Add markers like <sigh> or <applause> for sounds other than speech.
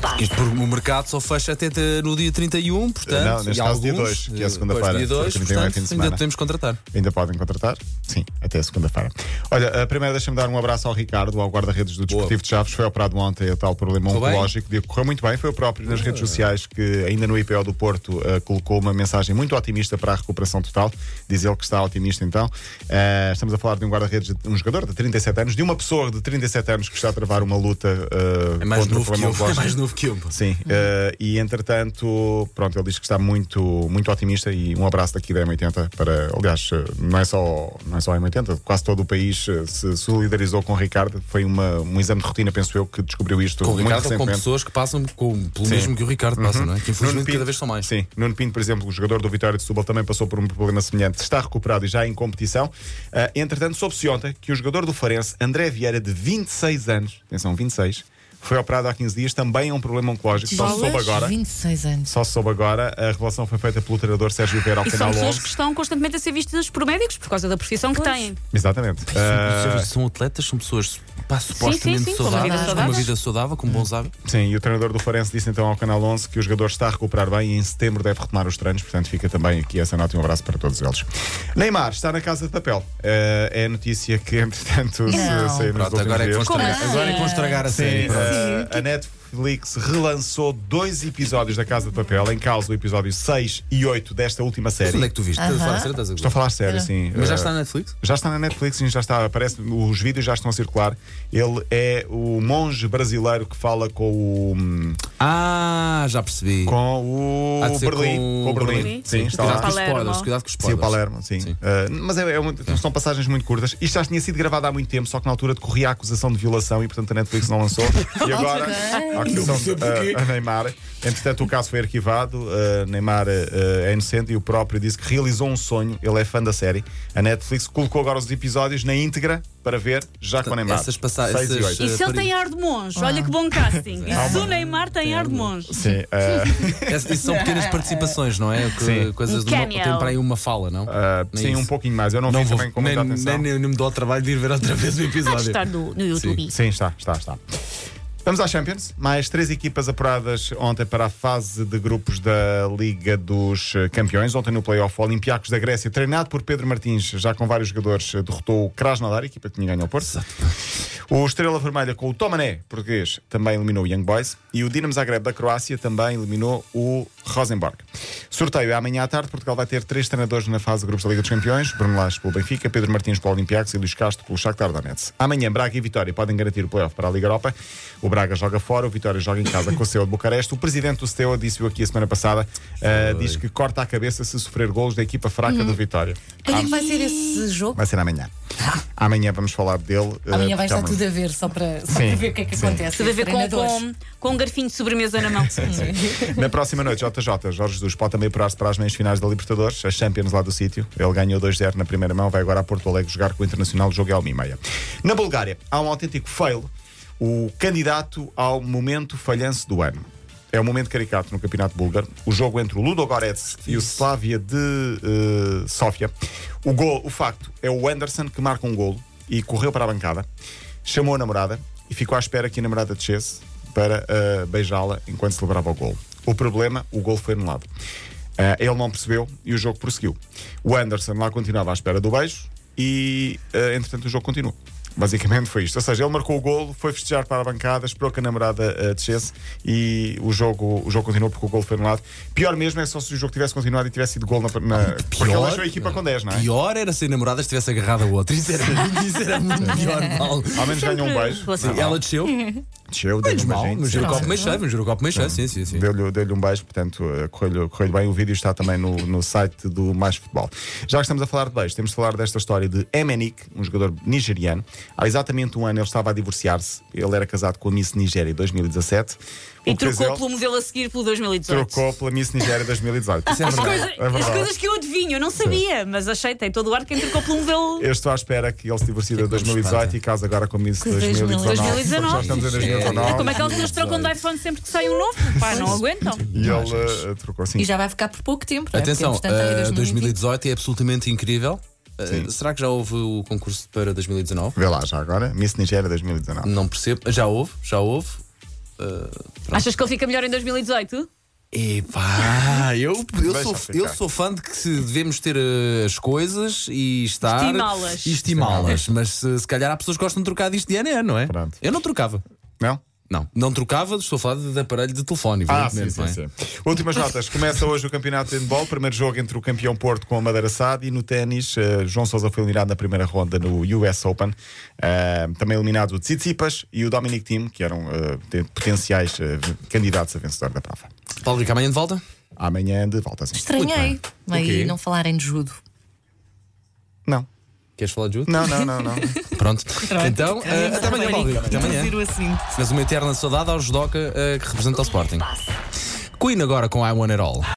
passa. Isto porque o mercado só fecha até te- no dia 31, portanto. Não, neste e caso alguns, dia dois, que é eh, segunda-feira, pois, Dia 2, porque 31 é portanto, fim de ainda semana. É podemos contratar. Ainda podem contratar? Sim, até segunda-feira. Olha, a primeira deixa-me dar um abraço ao Ricardo, ao guarda-redes do Desportivo de Chaves. Foi operado ontem a tal problema Correu bem? oncológico. Digo, correu muito bem. Foi o próprio nas redes sociais que, ainda no IPO do Porto, eh, colocou uma mensagem muito otimista para a recuperação total. Diz ele que está otimista, então. Eh, estamos a falar de um guarda-redes, de um jogador de 37 anos, de uma pessoa de 37 anos que está a travar uma luta eh, É mais contra o novo que problema eu. <laughs> É oncológico. mais novo que eu. pá. Sim, eh, e entretanto, pronto, ele diz que está muito, muito otimista e um abraço daqui da M80 para, aliás, eh, não é só, não é só a M80, quase todo o país eh, se solidarizou com o Ricardo, foi uma, um exame de rotina, penso eu, que descobriu isto Com o muito Ricardo ou com recentemente. pessoas que passam com- pelo Sim. Uhum. mesmo que o Ricardo passa, não é? Que Nuno infelizmente Pinto- cada vez são mais. Sim, Nuno Pinto, por exemplo, o jogador do Vitória de Setúbal também passou por um problema semelhante, está recuperado e já em competição. Ah, entretanto, soube-se ontem que o jogador do Farense, André Vieira, de 26 anos, atenção, 26, foi operado há 15 dias, também é um problema oncológico, só se soube Bolas, agora. 26 anos. Só se soube agora, a relação foi feita pelo treinador Sérgio Vieira ao E são canal pessoas 11. que estão constantemente a ser vistas por médicos por causa da profissão que têm. Eh, Exatamente. <laughs> São- Ah, São atletas, são pessoas pá, sim, supostamente sim, com uma saudáveis, com vida uma saudável. vida saudável, com Hum. bons hábitos. sim, e o treinador do Farense disse então ao Canal 11 que o jogador está a recuperar bem e em setembro deve retomar os treinos, portanto fica também aqui essa nota e um abraço para todos eles. Neymar está na Casa de Papel. Ah, é a notícia que, <laughs> entretanto, se Não. saiu nos Pronto, agora é, que vão últimos dias. estragar, Como assim? agora é que vão estragar a série. Sim, pronto. ah, a Netflix relançou dois episódios da Casa de Papel, em causa o episódio 6 e 8 desta última série. Onde é que tu viste? Aham. Fora de série, estás a Estou a gozar? falar É. sério, sim. Mas já Ah, está na Netflix? Já está na Netflix, sim, já está, aparece, os vídeos já estão a circular. Ele é o monge brasileiro que fala com o. hum, Ah, já percebi. com Há de o ser Berlim. com- Com o Berlim. Berlim. Sim, está Cuidado com lá. os Palermo. spoilers, cuidado com os Sim, o spoilers. Palermo, sim. <laughs> Ah, mas é, é uma- são passagens muito curtas. Isto já tinha sido gravado há muito tempo, só que na altura decorria a acusação de violação e, portanto, a Netflix não lançou. E agora a acusação de, ah, a Neymar. Entretanto, o caso foi arquivado. ah, Neymar ah, é inocente e o próprio disse que realizou um sonho. Ele é fã da série. A Netflix colocou agora os episódios na íntegra para ver, já com o Neymar. Então, essas passagens- Seis e essas- oito. E se ele Pariu. tem ar de monge? Olha que bom <laughs> casting. E se o Neymar Ah. tem ar de monge? Sim, ah, Essas- Isso são pequenas participações, não é? Que- Sim. Coisas Um de uma, cameo. tem para aí uma fala, não? ah, <laughs> Não é sim, isso? um pouquinho mais. Eu não, Não vi vou, também com nem, muita nem, atenção. nem- nem me dou ao trabalho de ir ver outra vez o Há de episódio. estar no, no YouTube. Sim, está, está, está. Vamos à Champions. Mais três equipas apuradas ontem para a fase de grupos da Liga dos eh, Campeões. Ontem no Playoff, o Olympiacos da Grécia, treinado por Pedro Martins, já com vários jogadores, eh, derrotou o Krasnodar, a equipa que tinha ganho ao Porto. O Estrela Vermelha com o Tomané, português, também eliminou o Young Boys. E o Dinamo Zagreb da Croácia também eliminou o Rosenborg. Sorteio é amanhã à tarde. Portugal vai ter três treinadores na fase de grupos da Liga dos Campeões. Bruno Lage pelo Benfica, Pedro Martins pelo Olympiacos e Luís Castro pelo Shakhtar Donetsk. Amanhã, Braga e Vitória podem garantir o playoff para a Liga Europa. O Braga joga fora, o Vitória joga em casa com o Steaua de Bucareste. O presidente do Steaua disse-o aqui a semana passada. ah, diz que corta a cabeça se sofrer golos da equipa fraca do Vitória. Quando é que vai ser esse jogo? Vai ser amanhã. Amanhã vamos falar dele. ah, Amanhã porque vai estar amanhã- tudo a ver, só para, só Sim, para ver o que é que sim. acontece. Tudo a ver com, Treinadores. com, com um garfinho de sobremesa <laughs> na mão. <laughs> Na próxima noite, JJ, Jorge Jesus pode também apurar-se para as meias finais da Libertadores, as Champions lá do sítio. Ele ganhou 2-0 na primeira mão, vai agora a Porto Alegre jogar com o Internacional, o jogo é ao meia. Na Bulgária, há um autêntico fail, o candidato ao momento falhanço do ano. É um momento caricato no campeonato búlgaro. O jogo entre o Ludogorets e o Slavia de eh, Sófia. O, gol, o facto é o Anderson que marca um golo e correu para a bancada, chamou a namorada e ficou à espera que a namorada descesse para ah, beijá-la enquanto celebrava o gol. O problema, o gol foi anulado. Ah, ele não percebeu e o jogo prosseguiu. O Anderson lá continuava à espera do beijo e, ah, entretanto, o jogo continuou. Basicamente foi isto. Ou seja, ele marcou o golo, foi festejar para a bancada, esperou que a namorada ah, descesse e o jogo, o jogo continuou porque o golo foi anulado. Pior mesmo é só se o jogo tivesse continuado e tivesse sido gol na. na porque ele deixou a equipa com 10, não é? Pior era se a namorada estivesse agarrada a outra. Isso <laughs> era, isso era muito pior, mal. Ao menos ganhou um beijo. Sim, Não, Ela desceu, desceu, deu menos mal, mas giro copo meio cheio, mas giro copo meio cheio, sim, sim, sim. Deu-lhe deu-lhe um beijo, portanto, eh, correu-lhe correu-lhe bem. O vídeo está também no, no site do Mais Futebol. Já que estamos a falar de beijo, temos de falar desta história de Emenik, um jogador nigeriano. Há exatamente um ano ele estava a divorciar-se. Ele era casado com a Miss Nigéria em 2017. O E trocou casal pelo modelo a seguir pelo 2018. trocou pela Miss Nigéria 2018. Isso é As, verdade. coisa- É verdade. as coisas que eu adivinho, eu não sabia, mas achei, tem todo o ar quem trocou pelo modelo. Eu estou à espera que ele se divorcie em que não me 2018 e casa agora com a Miss Que 2019. 2019. Já estamos em Sim, sim. 2019. Como é que eles trocam de iPhone sempre que sai um novo? Pá, não aguentam. E ele eh, trocou, sim. E já vai ficar por pouco tempo. não é? Atenção, Porque, entretanto, aí eh, 2020. 2018 é absolutamente incrível. Eh, será que já houve o concurso para 2019? Vê lá, já agora. Miss Nigéria 2019. Não percebo. Já houve, já houve. Achas que ele fica melhor em 2018? <laughs> Epá, eu, eu, Deixa sou, ficar. eu sou fã de que se devemos ter eh, as coisas e estar. Estimá-las. E estimá-las. Mas eh, se, se calhar há pessoas que gostam de trocar disto de ano em ano, não é? Pronto. Eu não trocava. Não? Não, não trocava, estou a falar de, de aparelho de telefone, Ah, sim, evidentemente, sim, não é? sim. Últimas notas. Começa hoje o campeonato de handball. Primeiro jogo entre o campeão Porto com a Madeira SAD e no ténis, eh, João Sousa foi eliminado na primeira ronda no US Open. Eh, também eliminados o Tsitsipas e o Dominic Thiem, que eram eh, te- potenciais eh, candidatos a vencedor da prova. Paulo Rico, amanhã de volta? Amanhã de volta, sim. Estranhei. Aí quê? não falarem de judo. Não. Queres falar de judo? Não, não, não, não. Pronto. Então, eh, até amanhã, Paulo Rico. Até amanhã. Giro assim. é Mas uma eterna saudade ao judoca eh, que representa o Sporting. Queen agora com I Want It All.